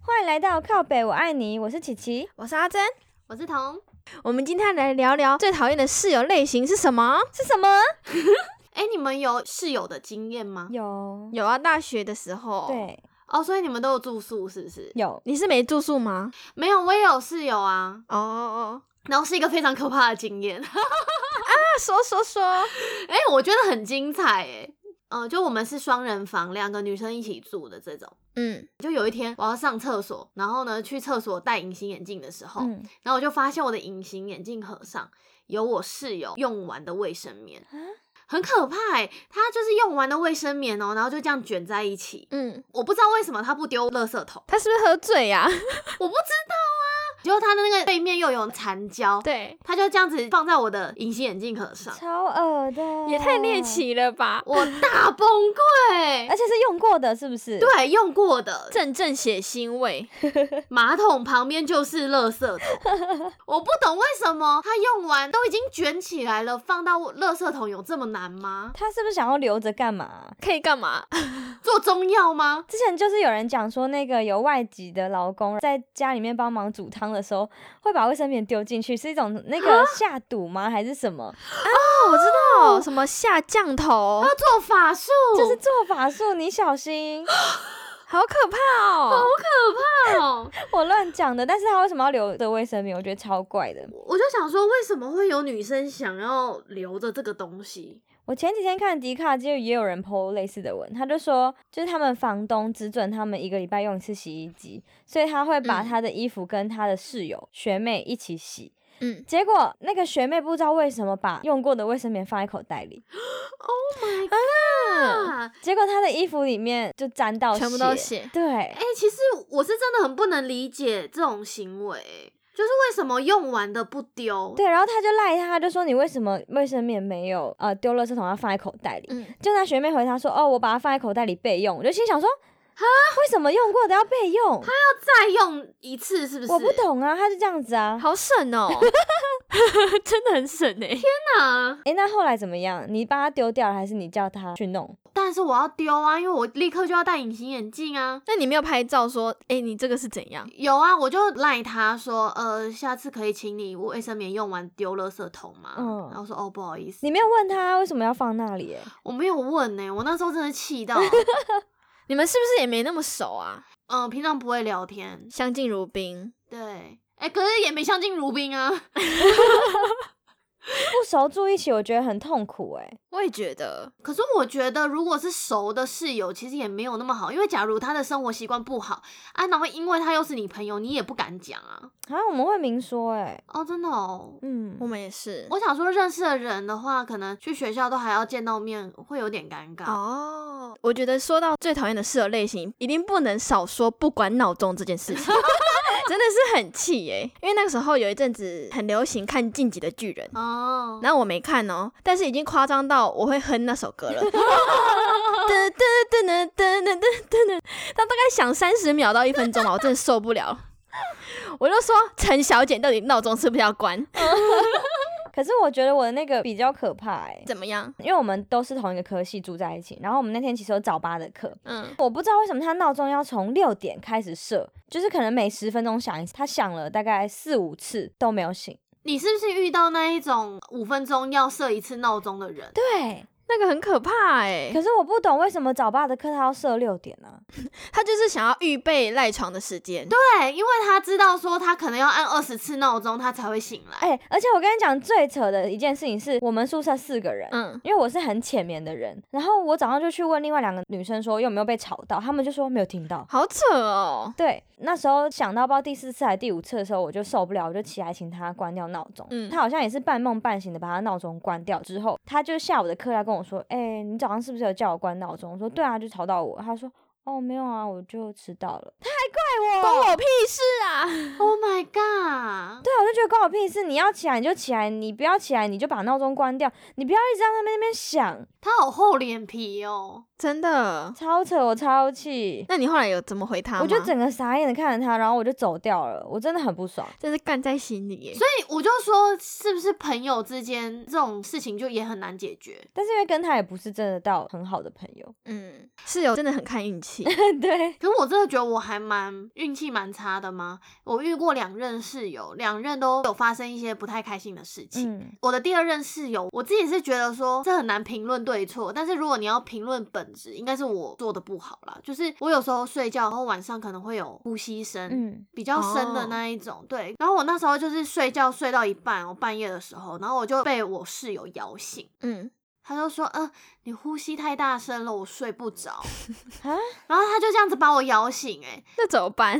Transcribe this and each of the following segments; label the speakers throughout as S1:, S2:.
S1: 欢迎来到靠北，我爱你，我是琪琪。
S2: 我是阿珍，
S3: 我是彤。
S2: 我们今天来聊聊最讨厌的室友类型是什么？
S1: 是什么？
S3: 哎、你们有室友的经验吗？
S1: 有，
S2: 有啊，大学的时候，，
S1: 对，
S3: 哦，所以你们都有住宿是不是？
S1: 有，
S2: 你是没住宿吗？
S3: 没有，我也有室友啊，
S2: 哦哦，
S3: 然后是一个非常可怕的经验。
S2: 那啊说说说，
S3: 哎、我觉得很精彩哎。嗯、就我们是双人房，两个女生一起住的这种。
S2: 嗯，
S3: 就有一天我要上厕所，然后呢去厕所戴隐形眼镜的时候，
S1: 嗯，
S3: 然后我就发现我的隐形眼镜盒上有我室友用完的卫生棉，
S1: 啊
S3: 很可怕哎、他就是用完的卫生棉哦、然后就这样卷在一起。
S2: 嗯，
S3: 我不知道为什么他不丢垃圾桶，
S2: 他是不是喝醉啊呀、
S3: 我不知道啊。结果他的那个背面又有残胶，
S2: 对，
S3: 他就这样子放在我的隐形眼镜盒 上，
S1: 超恶的，
S2: 也太猎，奇了吧！
S3: 我大崩溃
S1: 而。且是用过的，是不是？，
S3: 对，用过的
S2: 阵阵血腥味，
S3: 马桶旁边就是垃圾桶， 我不懂为什么他用完都已经卷起来了，放到垃圾桶有这么 难吗？
S1: 他是不是想要留着干嘛？
S2: 可以干嘛？
S3: 做中药吗？
S1: 之前就是有人讲说，那个有外籍的劳工在家里面帮忙煮汤的时候，会把卫生棉丢进去，是一种那个下毒吗？还是什么？
S2: 哦，我知道，什么下降头，
S3: 要做法术，
S1: 这 是做法术，你小心。
S2: 好可怕哦！
S3: 哦。
S1: 我乱讲的，但是他为什么要留着卫生棉？我觉得超怪的。
S3: 我就想说，为什么会有女生想要留着这个东西？
S1: 我前几天看迪卡，就也有人 PO 类似的文，他就说，就是他们房东只准他们一个礼拜用一次洗衣机，所以他会把
S2: 嗯
S1: 他的衣服跟他的室友、学妹一起洗。
S2: 嗯，
S1: 结果那个学妹不知道为什么把用过的卫生棉放在口袋里，嗯
S3: 啊，
S1: 结果她的衣服里面就沾到
S2: 全部都血，
S1: 对
S3: 哎、，其实我是真的很不能理解这种行为，就是为什么用完的不丢？
S1: 对，然后她就赖他，她就说你为什么卫生棉没有呃丢垃圾桶要放在口袋里？
S2: 嗯，
S1: 就那学妹回她说哦，我把它放在口袋里备用。我就心想说啊，为什么用过的要备用？
S3: 再用一次是不是？
S1: 我不懂啊，她就这样子啊。
S2: 好省哦， 真的很省哎、
S3: 天哪！
S1: 诶，那后来怎么样？你帮她丢掉了，还是你叫她去弄？
S3: 但是我要丢啊，因为我立刻就要戴隐形眼镜啊。
S2: 那你没有拍照说，哎、你这个是怎样？
S3: 有啊，我就赖他说，呃，下次可以请你卫生棉用完丢垃圾桶吗？
S1: 嗯
S3: 然后说哦，不好意思，
S1: 你没有问她为什么要放那里、诶
S3: 我没有问呢、我那时候真的气 到，
S2: 你们是不是也没那么熟啊？
S3: 嗯、平常不会聊天，
S2: 相敬如宾，
S3: 对，哎、可是也没相敬如宾啊。
S1: 不熟住一起，我觉得很痛苦、诶。
S2: 我也觉得，
S3: 可是我觉得，如果是熟的室友，其实也没有那么好，因为假如他的生活习惯不好啊，然后因为他又是你朋友，你也不敢讲啊。
S1: 好像我们会明说、诶。
S3: 哦，真的哦。
S1: 嗯，
S2: 我们也是。
S3: 我想说，认识的人的话，可能去学校都还要见到面，会有点尴尬。
S2: 哦，我觉得说到最讨厌的室友类型，一定不能少说不管脑中这件事情， 真的是很气耶、因为那个时候有一阵子很流行看《晋级的巨人》，
S3: 哦，
S2: 然后我没看哦，但是已经夸张到我会哼那首歌了。噔噔 噔噔噔噔噔噔，他大概响三十秒到一分钟吧，我真的受不了。我就说陈小姐，到底闹钟是不是要关？
S1: 可是我觉得我的那个比较可怕、诶。
S2: 怎么样？
S1: 因为我们都是同一个科系住在一起，然后我们那天其实有早八的课，
S2: 嗯，
S1: 我不知道为什么他闹钟要从六点开始设，就是可能每十分钟响一次，他响了大概四五次都没有醒。
S3: 你是不是遇到那一种五分钟要设一次闹钟的人？
S1: 对，
S2: 那个很可怕哎、
S1: 可是我不懂为什么早八的课他要设六点呢、
S2: 他就是想要预备赖床的时间。
S3: 对，因为他知道说他可能要按二十次闹钟，他才会醒来。
S1: 哎、而且我跟你讲最扯的一件事情是我们宿舍四个人。
S2: 嗯，
S1: 因为我是很浅眠的人，然后我早上就去问另外两个女生说有没有被吵到，她们就说没有听到。
S2: 好扯哦。
S1: 对，那时候想到不知道第四次还是第五次的时候，我就受不了，我就起来请他关掉闹钟。
S2: 嗯
S1: 他好像也是半梦半醒的把他闹钟关掉之后，他就下午的课来跟我说：“哎、你早上是不是有叫我关闹钟？”我说：“对啊，就吵到我。”他说：“哦，没有啊，我就迟到了。”他还怪我，
S2: 关我屁事啊！
S3: Oh my god！
S1: 对啊，我就觉得关我屁事！你要起来你就起来，你不要起来你就把闹钟关掉，你不要一直在那边那边响，
S3: 他好厚脸皮哦。
S2: 真的。
S1: 超扯，我超气。
S2: 那你后来有怎么回他吗？
S1: 我就整个傻眼的看着他，然后我就走掉了，我真的很不爽。
S2: 真是干在心里耶。
S3: 所以我就说，是不是朋友之间这种事情就也很难解决？
S1: 但是因为跟他也不是真的到很好的朋友，
S2: 嗯，室友真的很看运气。
S1: 对，
S3: 可是我真的觉得我还蛮运气蛮差的嘛。我遇过两任室友，两任都有发生一些不太开心的事情。
S1: 嗯，
S3: 我的第二任室友，我自己是觉得说这很难评论对错，但是如果你要评论本质，应该是我做的不好啦。就是我有时候睡觉，然后晚上可能会有呼吸声，
S1: 嗯，
S3: 比较深的那一种。对，然后我那时候就是睡觉睡到一半，我半夜的时候，然后我就被我室友摇醒，
S2: 嗯，
S3: 他就说：“嗯、你呼吸太大声了，我睡不着。
S1: 啊，”
S3: 然后他就这样子把我摇醒、欸，
S2: 那怎么办？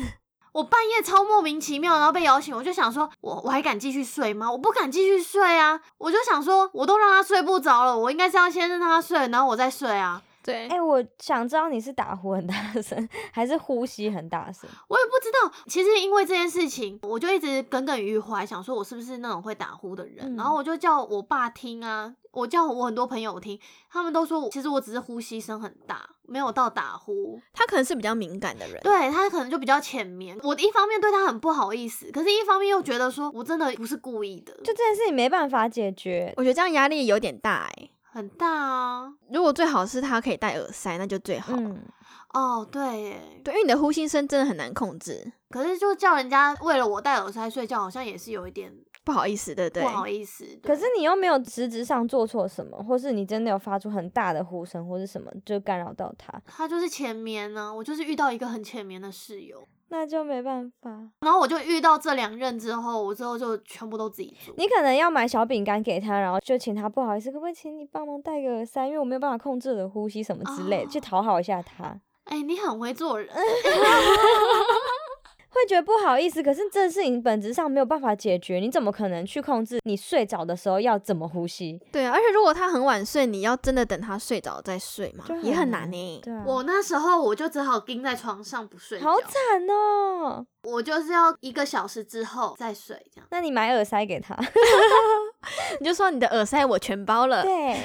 S3: 我半夜超莫名其妙，然后被摇醒，我就想说，我我还敢继续睡吗？我不敢继续睡啊！我就想说，我都让他睡不着了，我应该是要先让他睡，然后我再睡啊。
S2: 对
S1: 哎、我想知道你是打呼很大声，还是呼吸很大声？
S3: 我也不知道，其实因为这件事情，我就一直耿耿于怀，想说我是不是那种会打呼的人。
S1: 嗯
S3: 然后我就叫我爸听啊，我叫我很多朋友听，他们都说我其实我只是呼吸声很大，没有到打呼。
S2: 他可能是比较敏感的人。
S3: 对他可能就比较浅眠。我一方面对他很不好意思，可是一方面又觉得说我真的不是故意的，
S1: 就这件事情没办法解决，
S2: 我觉得这样压力有点大哎。
S3: 很大啊。
S2: 如果最好是他可以戴耳塞，那就最好。
S1: 嗯，
S3: 哦，对耶，
S2: 对，因为你的呼吸声真的很难控制，
S3: 可是就叫人家为了我戴耳塞睡觉，好像也是有一点
S2: 不好意思，对不对
S3: 不？好意思。
S1: 可
S3: 对
S1: 是你又没有实质上做错什么，或是你真的有发出很大的呼声或是什么，就干扰到他，
S3: 他就是前眠呢、我就是遇到一个很前眠的室友，
S1: 那就没办法。
S3: 然后我就遇到这两任之后，我之后就全部都自己做。
S1: 你可能要买小饼干给他，然后就请他不好意思，可不可以请你帮忙戴个耳塞，因为我没有办法控制我的呼吸什么之类的，去
S3: 哦
S1: 讨好一下他。
S3: 哎、你很会做人，
S1: 嗯会觉得不好意思，可是这事情本质上没有办法解决，你怎么可能去控制你睡着的时候要怎么呼吸？
S2: 对啊，而且如果他很晚睡，你要真的等他睡着再睡嘛
S1: 就，很
S2: 也很
S1: 难
S2: 难欸呢。
S1: 对啊，
S3: 我那时候我就只好盯在床上不睡觉
S1: 啊好，惨哦。
S3: 我就是要一个小时之后再睡这样。
S1: 那你买耳塞给他，
S2: 你就说你的耳塞我全包了，
S1: 对。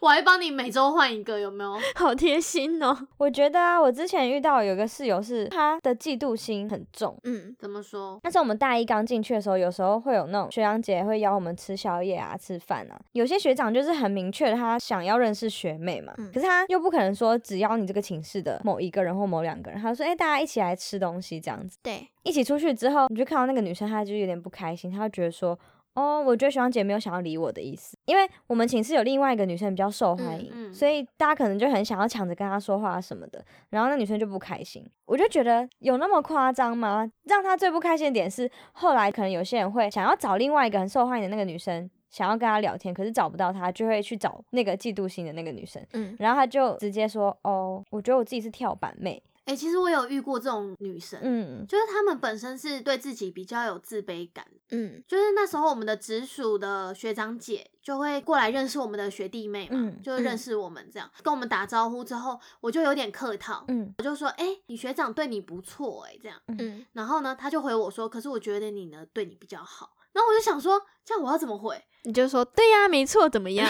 S3: 我还帮你每周换一个，有没有？
S2: 好贴心哦。
S1: 我觉得啊，我之前遇到有个室友是他的嫉妒心很重。
S2: 嗯，
S3: 怎么说？
S1: 那时候我们大一刚进去的时候，有时候会有那种学长姐会邀我们吃宵夜啊、吃饭啊。有些学长就是很明确的，他想要认识学妹嘛，
S2: 嗯
S1: 可是他又不可能说只邀你这个寝室的某一个人或某两个人，他就说：“哎、大家一起来吃东西这样子。”
S2: 对，
S1: 一起出去之后，你就看到那个女生，她就有点不开心，她就觉得说。哦，我觉得学长姐没有想要理我的意思，因为我们寝室有另外一个女生比较受欢迎，
S3: 嗯嗯
S1: 所以大家可能就很想要抢着跟她说话什么的，然后那女生就不开心。我就觉得有那么夸张吗？让她最不开心的点是，后来可能有些人会想要找另外一个很受欢迎的那个女生，想要跟她聊天，可是找不到她，就会去找那个嫉妒心的那个女生，
S2: 嗯，
S1: 然后她就直接说：“哦，我觉得我自己是跳板妹。
S3: 哎、其实我有遇过这种女生”，
S1: 嗯，
S3: 就是她们本身是对自己比较有自卑感，
S2: 嗯，
S3: 就是那时候我们的直属的学长姐就会过来认识我们的学弟妹嘛，
S1: 嗯
S3: 就认识我们这样，跟我们打招呼之后，我就有点客套，
S1: 嗯
S3: 我就说，哎、你学长对你不错、哎，这样。
S2: 嗯，
S3: 然后呢，他就回我说，可是我觉得你呢对你比较好。然后我就想说，这样我要怎么回？
S2: 你就说对呀、没错，怎么样？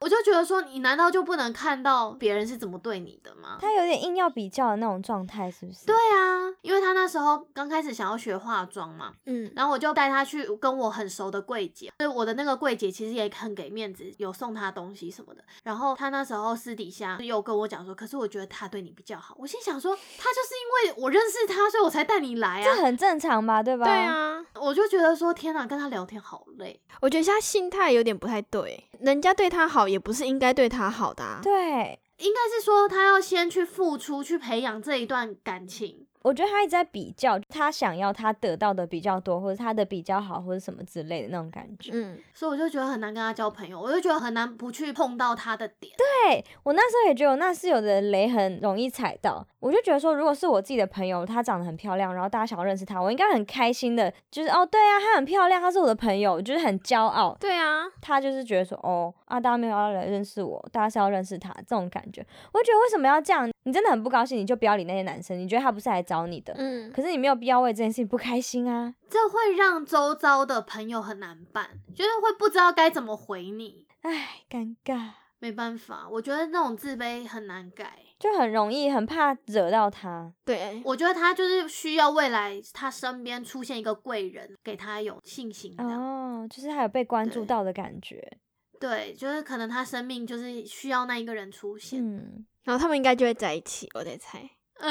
S3: 我就觉得说，你难道就不能看到别人是怎么对你的吗？
S1: 他有点硬要比较的那种状态，是不是？
S3: 对啊，因为他那时候刚开始想要学化妆嘛，
S2: 嗯，
S3: 然后我就带他去跟我很熟的柜姐，所以我的那个柜姐其实也很给面子，有送他东西什么的。然后他那时候私底下又跟我讲说，可是我觉得他对你比较好。我心想说，他就是因为我认识他，所以我才带你来
S1: 这
S3: 啊。
S1: 很正常吧，对吧？
S2: 对，啊，
S3: 我就觉得说，天哪，跟他聊天好累。
S2: 我觉得他心态有点不太对，人家对他好也不是应该对他好的、啊。
S1: 对，
S3: 应该是说，他要先去付出，去培养这一段感情。
S1: 我觉得他一直在比较，他想要他得到的比较多，或者他的比较好，或者什么之类的那种感觉。
S2: 嗯，
S3: 所以我就觉得很难跟他交朋友，我就觉得很难不去碰到他的点。
S1: 对我那时候也觉得我那室友的雷很容易踩到，我就觉得说，如果是我自己的朋友，她长得很漂亮，然后大家想要认识她，我应该很开心的，就是哦，对啊，她很漂亮，她是我的朋友，我就是很骄傲。
S2: 对啊，
S1: 他就是觉得说，哦啊，大家没有要来认识我，大家是要认识他这种感觉。我觉得为什么要这样？你真的很不高兴，你就不要理那些男生，你觉得他不是来找你的，
S3: 嗯，
S1: 可是你没有必要为这件事情不开心啊。
S3: 这会让周遭的朋友很难办，就是会不知道该怎么回你。
S1: 唉，尴尬，
S3: 没办法，我觉得那种自卑很难改。
S1: 就很容易很怕惹到他。
S2: 对，
S3: 我觉得他就是需要未来他身边出现一个贵人，给他有信心这样。
S1: 哦，就是还有被关注
S3: 嗯对
S1: 到的感觉。
S3: 对，就是可能他生命就是需要那一个人出现。
S1: 嗯，
S2: 然后他们应该就会在一起，我在猜。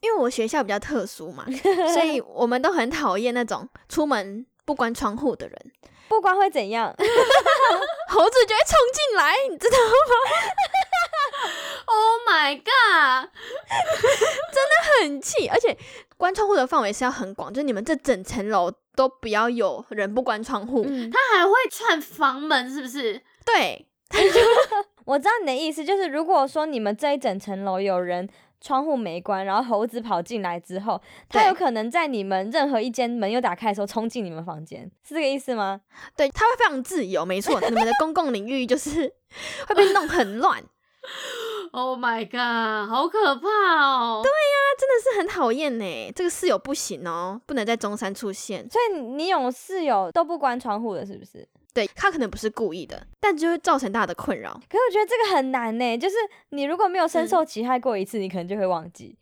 S2: 因为我学校比较特殊嘛，所 以我们都很讨厌那种出门不关窗户的人，
S1: 不管会怎样，
S2: 猴子就会冲进来，你知道吗？
S3: Oh my god！
S2: 很气，而且关窗户的范围是要很广，就是你们这整层楼都不要有人不关窗户。
S1: 嗯，
S3: 他还会串房门，是不是？
S2: 对，
S1: 我知道你的意思，就是如果说你们这一整层楼有人窗户没关，然后猴子跑进来之后，它
S2: 对
S1: 有可能在你们任何一间门又打开的时候冲进你们房间，是这个意思吗？
S2: 对，它会非常自由，没错，你们的公共领域就是会被弄很乱，
S3: Oh my god，好可怕哦！对，
S2: 那真的是很讨厌呢。这个室友不行哦，不能在中山出现。
S1: 所以你有室友都不关窗户的，是不是？
S2: 对他可能不是故意 的，但就会造成大家的困扰。
S1: 可是我觉得这个很难呢、就是你如果没有
S2: 嗯
S1: 深受其害过一次，你可能就会忘记。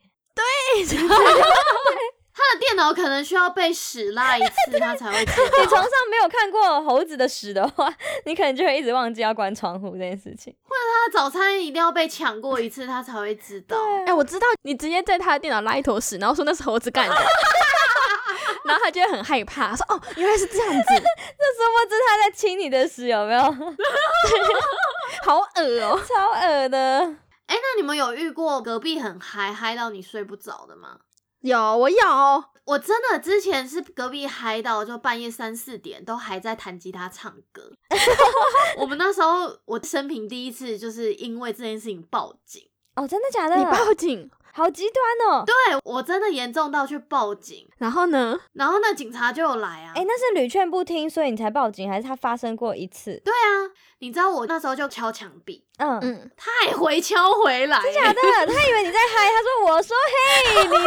S3: 他的电脑可能需要被屎拉一次，他才会知
S1: 你床
S3: 道。
S1: 上没有看过猴子的屎的话，你可能就会一直忘记要关窗户这件事情。
S3: 他早餐一定要被抢过一次，他才会知道。
S2: 哎、我知道你直接在他的电脑拉一坨屎，然后说那是猴子 干的，然后他就会很害怕，说哦，原来是这样
S1: 这
S2: 子，
S1: 殊不知他在亲你的屎，有没有？
S2: 好恶哦。
S1: 超恶的。
S3: 哎、那你们有遇过隔壁很嗨嗨到你睡不着的吗？
S2: 有我有，
S3: 我真的之前是隔壁嗨到就半夜三四点都还在弹吉他唱歌。 我们那时候我生平第一次就是因为这件事情报警，
S1: 哦，真的假的？
S2: 你报警，
S1: 好极端哦！对，
S3: 对我真的严重到去报警，
S2: 然后呢？
S3: 然后那警察就有来啊。
S1: 哎，那是屡劝不听，所以你才报警，还是他发生过一次？
S3: 对啊，你知道我那时候就敲墙壁，
S1: 嗯，
S2: 嗯，
S3: 他还回敲回来、欸
S1: 真假的？ 他以为你在嗨，他说我说嘿，你说嘿，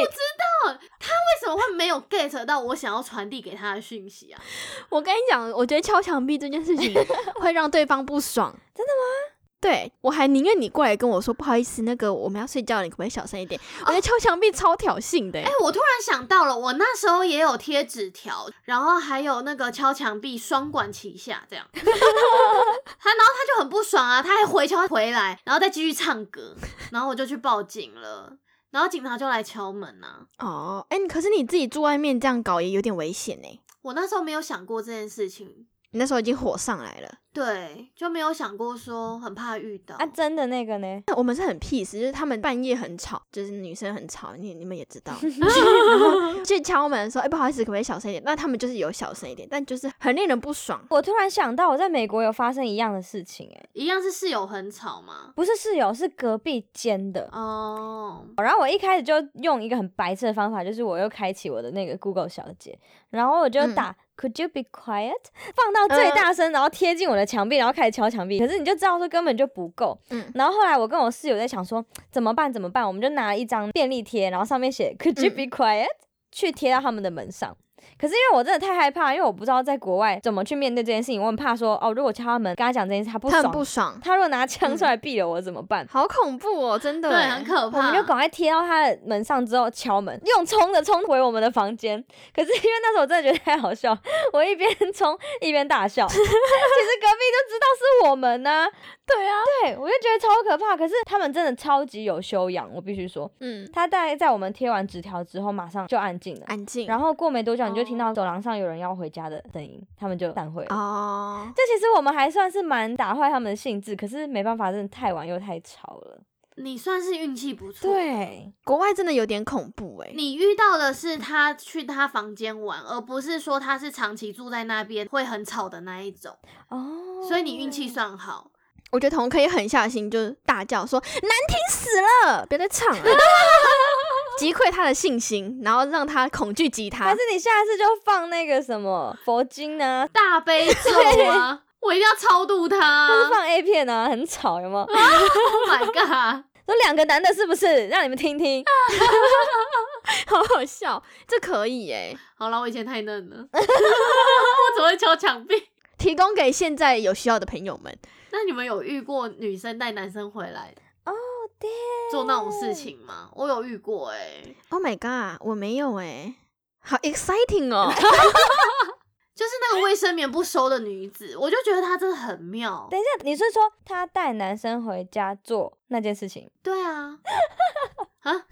S3: 为什么会没有 get 到我想要传递给他的讯息啊？
S2: 我跟你讲，我觉得敲墙壁这件事情会让对方不爽。
S1: 真
S2: 的吗？对，我还宁愿你过来跟我说不好意思，那个我们要睡觉了，你可不可以小声一点？我觉得敲墙壁超挑衅的、欸
S3: 哎、我突然想到了，我那时候也有贴纸条，然后还有那个敲墙壁，双管齐下这样。 他然后他就很不爽啊，他还回敲回来，然后再继续唱歌，然后我就去报警了，然后警察就来敲门啊。
S2: 哦，哎、可是你自己住外面这样搞也有点危险呢、欸
S3: 我那时候没有想过这件事情，
S2: 你那时候已经火上来了。
S3: 对，就没有想过说很怕遇到。
S1: 啊，真的那个呢？
S2: 那我们是很 peace，就是他们半夜很吵，就是女生很吵，你你们也知道。然后去敲门说，哎、不好意思，可不可以小声一点？那他们就是有小声一点，但就是很令人不爽。
S1: 我突然想到，我在美国有发生一样的事情、哎，
S3: 一样是室友很吵吗？
S1: 不是室友，是隔壁间的。
S3: 哦、
S1: 然后我一开始就用一个很白痴的方法，就是我又开启我的那个 Google 小姐，然后我就
S2: 嗯
S1: 打、Could you be quiet？放到最大声，然后贴近我的墙壁，然后开始敲墙壁。可是你就知道说根本就不够。
S2: 嗯
S1: 然后后来我跟我室友在想说怎么办怎么办，我们就拿了一张便利贴，然后上面写 Could you be
S2: 嗯
S1: quiet？、去贴到他们的门上。可是因为我真的太害怕，因为我不知道在国外怎么去面对这件事情，我很怕说哦，如果敲他门跟他讲这件事，他不
S2: 他
S1: 爽，
S2: 很不嗯爽，
S1: 他如果拿枪出来毙了我怎么办？
S2: 好恐怖哦，真的
S3: 对，
S2: 欸。
S3: 很可怕。
S1: 我们就赶快贴到他的门上之后敲门，用冲的冲回我们的房间。可是因为那时候我真的觉得太好笑，我一边冲一边大笑。其 实隔壁就知道是我们呢、
S2: 对啊，
S1: 对我就觉得超可怕。可是他们真的超级有修养，我必须说，
S2: 嗯，
S1: 他大概在我们贴完纸条之后马上就安静了。
S2: 安静。
S1: 然
S2: 后
S1: 后过没多久，你就听到走廊上有人要回家的声音，他们就散会了。
S2: 哦，
S1: 这其实我们还算是蛮打坏他们的兴致，可是没办法，真的太晚又太吵了。
S3: 你算是运气不错。，
S1: 对，
S2: 国外真的有点恐怖哎、
S3: 你遇到的是他去他房间玩，而不是说他是长期住在那边会很吵的那一种，
S1: 哦，
S3: 所以你运气算好。
S2: 我觉得彤可以狠下心，就是大叫说难听死了，别再唱了。击溃他的信心，然后让他恐惧吉
S1: 还
S2: 他
S1: 是。你下次就放那个什么佛经啊，
S3: 大悲咒 啊，我一定要超度他。
S1: 或是放 A 片啊，很吵，有没有？
S3: Oh my god！
S1: 说两个男的是不是？让你们听听。
S2: 好好笑，这可以哎、
S3: 好了，我以前太 嫩了，我只会敲墙壁。
S2: 提供给现在有需要的朋友们。
S3: 那你们有遇过女生带男生回来
S1: 哦，对，
S3: 做那种事情吗？我有遇过哎、欸，
S2: Oh my god，我没有哎、好 exciting 哦！
S3: 就是那个卫生棉不收的女子，我就觉得她真的很妙
S1: 等。一下，你是说他带男生回家做那件事情？
S3: 对啊，啊，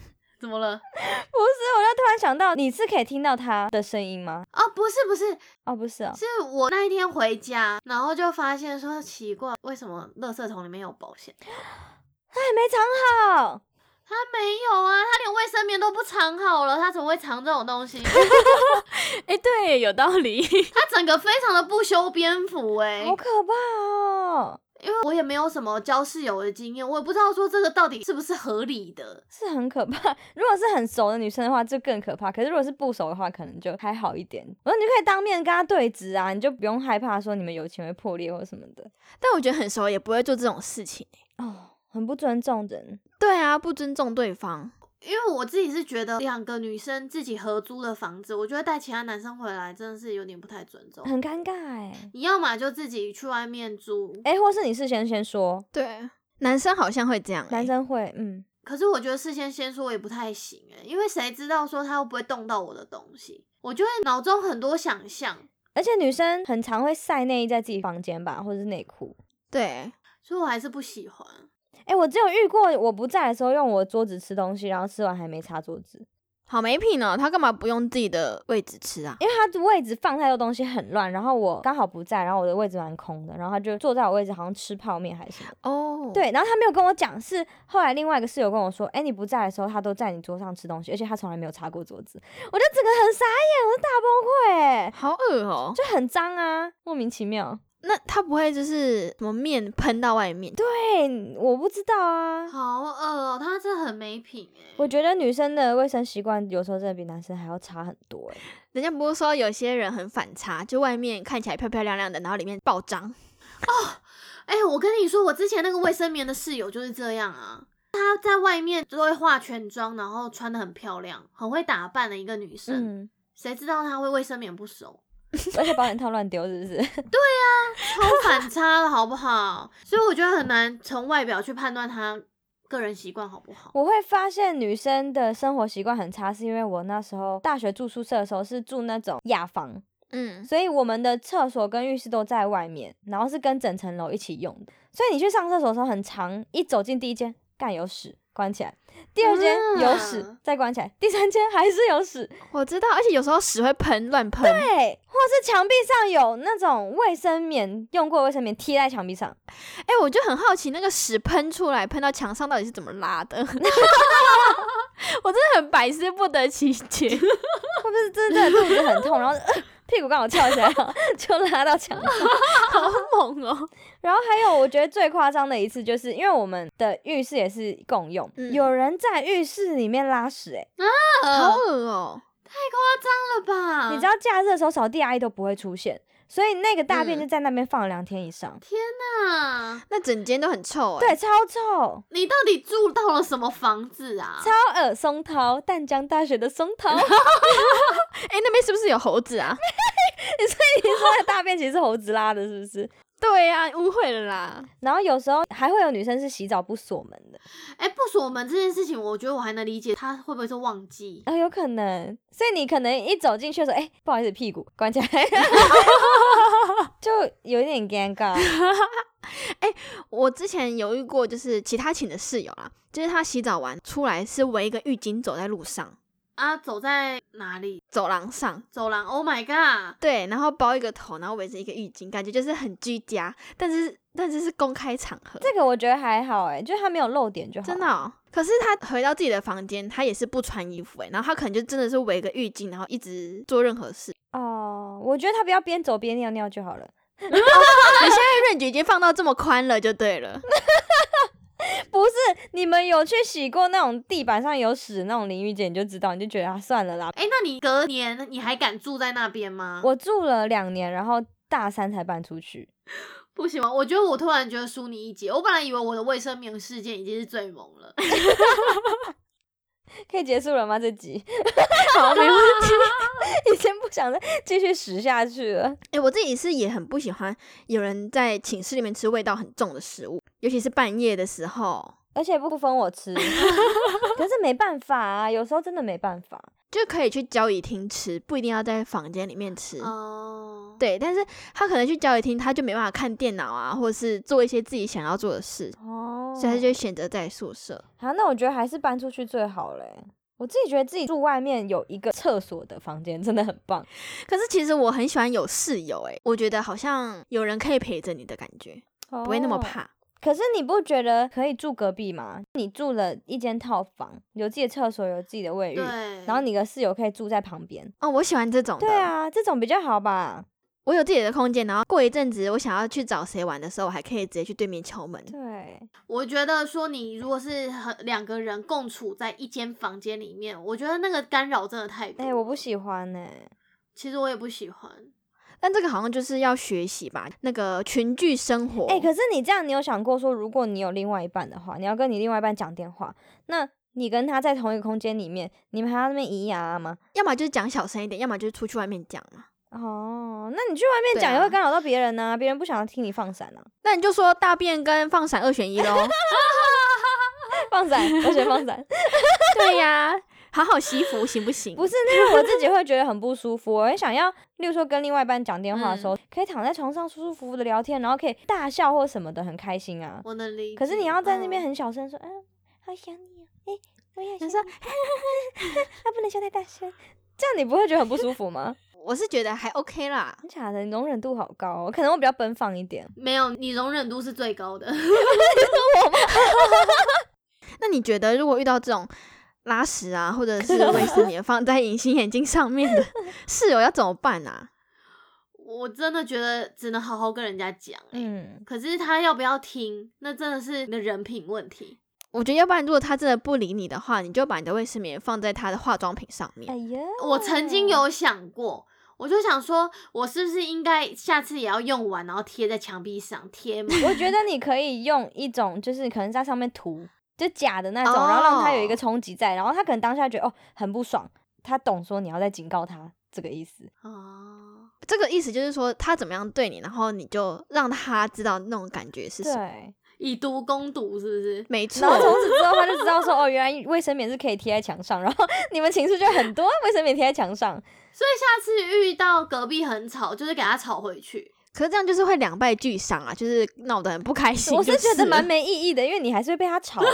S3: 怎么了？
S1: 不是，我就突然想到，你是可以听到他的声音吗？
S3: 啊，不是不是，
S1: 哦，不是哦，
S3: 是我那一天回家，然后就发现说奇怪，为什么垃圾桶里面有保险？
S1: 他还没藏好。
S3: 他没有啊，他连卫生棉都不藏好了，他怎么会藏这种东西？
S2: 哎、对，有道理。
S3: 他整个非常的不修边幅哎、
S1: 好可怕哦，
S3: 因为我也没有什么交室友的经验，我也不知道说这个到底是不是合理的。
S1: 是很可怕。如果是很熟的女生的话，就更可怕。可是如果是不熟的话，可能就还好一点。我说你就可以当面跟他对峙啊，你就不用害怕说你们友情会破裂或什么的。
S2: 但我觉得很熟也不会做这种事情。
S1: 哦，很不尊重人。
S2: 对啊，不尊重对方。
S3: 因为我自己是觉得两个女生自己合租的房子，我觉得带其他男生回来真的是有点不太尊重。
S1: 很尴尬哎、
S3: 你要嘛就自己去外面租，
S1: 哎、或是你事先先说，
S2: 对，男生好像会这样、欸。
S1: 男生会，嗯，
S3: 可是我觉得事先先说也不太行哎、因为谁知道说他会不会动到我的东西？我就会脑中很多想象，
S1: 而且女生很常会晒内衣在自己房间吧，或者是内裤。
S2: 对，
S3: 所以我还是不喜欢。
S1: 哎、我只有遇过我不在的时候用我桌子吃东西，然后吃完还没擦桌子，
S2: 好没品哦。他干嘛不用自己的位置吃啊？
S1: 因为他的位置放太多东西很乱，然后我刚好不在，然后我的位置蛮空的，然后他就坐在我位置，好像吃泡面还是什么。
S2: 哦，
S1: 对，然后他没有跟我讲，是后来另外一个室友跟我说，哎、你不在的时候，他都在你桌上吃东西，而且他从来没有擦过桌子，我就整个很傻眼，我就大崩溃、哎，
S2: 好恶哦。
S1: 就很脏啊，莫名其妙。
S2: 那他不会就是什么面喷到外面？
S1: 对，我不知道啊，
S3: 好恶哦、他真的很没品哎、
S1: 我觉得女生的卫生习惯有时候真的比男生还要差很多、哎，
S2: 人家不是说有些人很反差，就外面看起来漂漂亮亮的，然后里面爆脏。
S3: 哎、我跟你说，我之前那个卫生棉的室友就是这样啊。她在外面都会化全妆，然后穿的很漂亮，很会打扮的一个女生。
S1: 嗯，
S3: 谁、知道她会卫生棉不收，
S1: 而且保险套乱丢是不是？
S3: 超反差的好不好？所以我觉得很难从外表去判断她个人习惯好 不好。
S1: 我会发现女生的生活习惯很差，是因为我那时候大学住宿舍的时候是住那种雅房，
S2: 嗯，
S1: 所以我们的厕所跟浴室都在外面，然后是跟整层楼一起用的，所以你去上厕所的时候很长，一走进第一间，干有屎。关起来，第二间有屎，
S3: 啊
S1: 再关起来，第三间还是有屎，
S2: 我知道，而且有时候屎会喷，乱喷。
S1: 对，或是墙壁上有那种卫生棉，用过的卫生棉贴在墙壁上，
S2: 哎、我就很好奇，那个屎喷出来喷到墙上到底是怎么拉的？ 我真的很百思不得其解。
S1: 或者是真的肚子很痛，然后、呃 屁股刚好翘起来， 就拉到墙上。
S2: 好猛哦！
S1: 然后还有，我觉得最夸张的一次，就是因为我们的浴室也是共用，
S2: 嗯
S1: 有人在浴室里面拉屎、欸，
S2: 好
S3: 呃，
S2: 恶哦！
S3: 太夸张
S2: 啊
S3: 了吧！
S1: 你知道假日的时候扫地阿姨都不会出现，所以那个大便
S2: 嗯
S1: 就在那边放了两天以上，
S3: 啊？
S2: 那整间都很臭哎、
S1: 对，超臭，
S3: 你到底住到了什么房子啊？
S1: 超恶松涛，淡江大学的松 涛， 你
S2: 哎、那边是不是有猴子啊？
S1: 说那大便其实是猴子拉的，是不是？
S2: 对呀、啊，误会了啦。
S1: 然后有时候还会有女生是洗澡不锁门的，
S3: 哎、不锁门这件事情，我觉得我还能理解，她会不会是忘记？
S1: 啊、有可能，所以你可能一走进去的时候，哎、不好意思，屁股关 起来，就有点尴尬。
S2: 我之前有遇过，就是其他寝的室友啦，就是他洗澡完出来是围一个浴巾走在路上
S3: 啊，走在哪里？
S2: 走廊上，
S3: 走廊？Oh my god！
S2: 对，然后包一个头，然后围着一个浴巾，感觉就是很居家，但是但是是公开场合，
S1: 这个我觉得还好哎、就是他没有露点就好。
S2: 真的、哦。可是他回到自己的房间，他也是不穿衣服诶、然后他可能就真的是围个浴巾，然后一直做任何 事。
S1: 哦，我觉得他不要边走边尿尿就好了。
S2: 你现在 range 已经放到这么宽了，就对了。
S1: 不是，你们有去洗过那种地板上有屎那种淋浴间，你就知道，你就觉得啊，算了啦。
S3: 哎、那你隔年你还敢住在那边吗？
S1: 我住了两年，然后大三才搬出去。
S3: 不行吗？我觉得我突然觉得输你一截。我本来以为我的卫生棉事件已经是最猛了，
S1: 可以结束了吗？这集
S2: 好，没问题。
S1: 已经不想再继续屎下去了。
S2: 哎、我自己是也很不喜欢有人在寝室里面吃味道很重的食物，尤其是半夜的时候，
S1: 而且不分我 吃，可是没办法啊，有时候真的没办法。
S2: 就可以去交易厅吃，不一定要在房间里面吃。
S3: 哦，
S2: 对，但是他可能去交易厅，他就没办法看电脑啊，或者是做一些自己想要做的事，
S1: 哦
S2: 所以他就选择在宿舍。
S1: 啊，那我觉得还是搬出去最好嘞。我自己觉得自己住外面有一个厕所的房间真的很棒，
S2: 可是其实我很喜欢有室友、欸，我觉得好像有人可以陪着你的感觉，
S1: 不
S2: 不会那么。怕。
S1: 可是你不觉得可以住隔壁吗？你住了一间套房，有自己的厕所，有自己的卫浴，
S3: 对。
S1: 然后你的室友可以住在旁边。
S2: 哦，我喜欢这种的。
S1: 对，啊，这种比较好吧？
S2: 我有自己的空间，然后过一阵子我想要去找谁玩的时候，我还可以直接去对面敲门。
S1: 对，
S3: 我觉得说你如果是和两个人共处在一间房间里面，我觉得那个干扰真的太多。
S1: 哎、我不，喜欢呢、
S3: 其实我也不喜欢。
S2: 但这个好像就是要学习吧，那个群聚生活。
S1: 哎、可是你这样，你有想过说，如果你有另外一半的话，你要跟你另外一半讲电话，那你跟他在同一个空间里面，你们还要那边咿咿呀呀吗？
S2: 要么就是讲小声一点，要么就是出去外面讲啊嘛。
S1: 哦，那你去外面
S2: 对
S1: 讲也
S2: 啊
S1: 会干扰到别人呐、别人不想要听你放闪 啊，
S2: 那你就说大便跟放闪二选 一喽。
S1: 放闪，我选放 闪，
S2: 对呀、好好惜福行不行？
S1: 不是，那个我自己会觉得很不舒服，我会想要，例如说跟另外一半讲电话
S2: 嗯
S1: 的时候，可以躺在床上舒舒服服的聊天，然后可以大笑或什么的，很开心啊。
S3: 我能理解。
S1: 可是你要在那边
S3: 嗯
S1: 很小声说，嗯，好想你哦，哎、我也想
S2: 你说
S1: 你， 啊，不能笑太大声，这样你不会觉得很不舒服吗？
S2: 我是觉得还 OK 啦。
S1: 真假的，你容忍度好高、哦，可能我比较奔放一点。
S3: 没有，你容忍度是最高的。
S2: 那你觉得如果遇到这种拉屎啊，或者是卫生棉放在隐形眼镜上面的室友要怎么办啊？
S3: 我真的觉得只能好好跟人家讲、欸。
S1: 嗯，
S3: 可是他要不要听，那真的是你的人品问题。
S2: 我觉得要不然如果他真的不理你的话，你就把你的卫生棉放在他的化妆品上面
S1: 哎。呀，
S3: 我曾经
S1: 哦
S3: 有想过，我就想说，我是不是应该下次也要用完，然后贴在墙壁上贴满？
S1: 我觉得你可以用一种，就是可能在上面涂，就假的那种，
S2: 哦
S1: 然后让他有一个冲击在，然后他可能当下觉得哦很不爽，他懂说你要再警告他这个意思。
S3: 哦，
S2: 这个意思就是说他怎么样对你，然后你就让他知道那种感觉是什么。
S1: 对，啊
S3: 以毒攻毒是不是？
S2: 没
S1: 然后从
S2: 错，
S1: 此之后他就知道说哦，原来卫生棉是可以贴在墙上，然后 你们寝室就很多卫生棉贴在墙上。
S3: 所以下次遇到隔壁很吵，就是给他吵回去。
S2: 可是这样就是会两败俱伤啊，就是闹得很不开心。
S1: 我是觉得
S2: 了
S1: 蛮没意义的，因为你还是会被他吵、啊，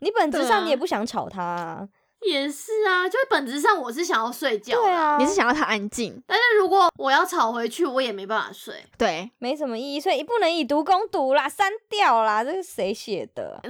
S1: 你本质
S3: 对啊
S1: 上你也不想吵他、啊。
S3: 也是啊，就本质上我是想要睡觉，
S1: 对。啊，
S2: 你是想要他安静，
S3: 但是如果我要吵回去，我也没办法睡。
S2: 对，
S1: 没什么意义，所以不能以毒攻毒啦，删掉啦，这是谁写的？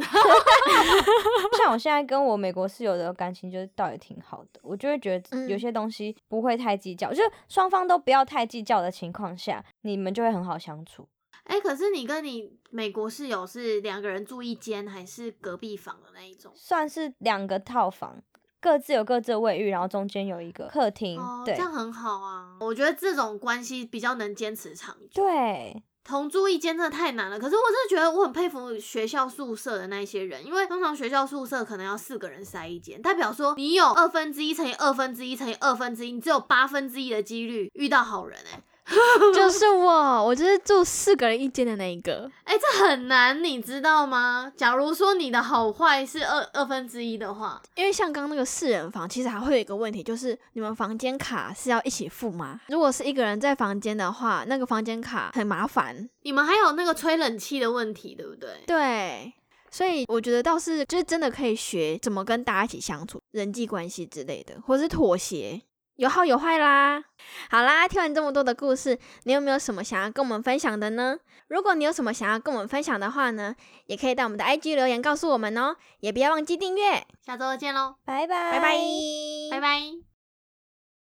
S1: 像我现在跟我美国室友的感情就是倒也挺好的，我就会觉得
S2: 嗯
S1: 有些东西不会太计较，就是双方都不要太计较的情况下，你们就会很好相处。
S3: 哎、可是你跟你美国室友是两个人住一间，还是隔壁房的那一种？
S1: 算是两个套房，各自有各自的卫浴，然后中间有一个客厅，
S3: 哦，这
S1: 嗯对
S3: 样很好啊。我觉得这种关系比较能坚持长久。
S1: 对，
S3: 同住一间真的太难了。可是我真的觉得我很佩服学校宿舍的那些人，因为通常学校宿舍可能要四个人塞一间，代表说你有二分之一乘以二分之一乘以二分之一，你只有八分之一的几率遇到好人、欸。哎
S2: 就是我，我就是住四个人一间的那一个。
S3: 哎，这很难，你知道吗？假如说你的好坏是二二分之一的话，
S2: 因为像刚刚那个四人房，其实还会有一个问题，就是你们房间卡是要一起付吗？如果是一个人在房间的话，那个房间卡很麻烦。
S3: 你们还有那个吹冷气的问题，对不对？
S2: 对，所以我觉得倒是就是真的可以学怎么跟大家一起相处，人际关系之类的，或是妥协，有好有坏啦。好啦，听完这么多的故事，你有没有什么想要跟我们分享的呢？如果你有什么想要跟我们分享的话呢，也可以到我们的 IG 留言告诉我们哦，也不要忘记订阅。
S3: 下周见喽，
S1: 拜拜，
S2: 拜拜，
S3: 拜拜。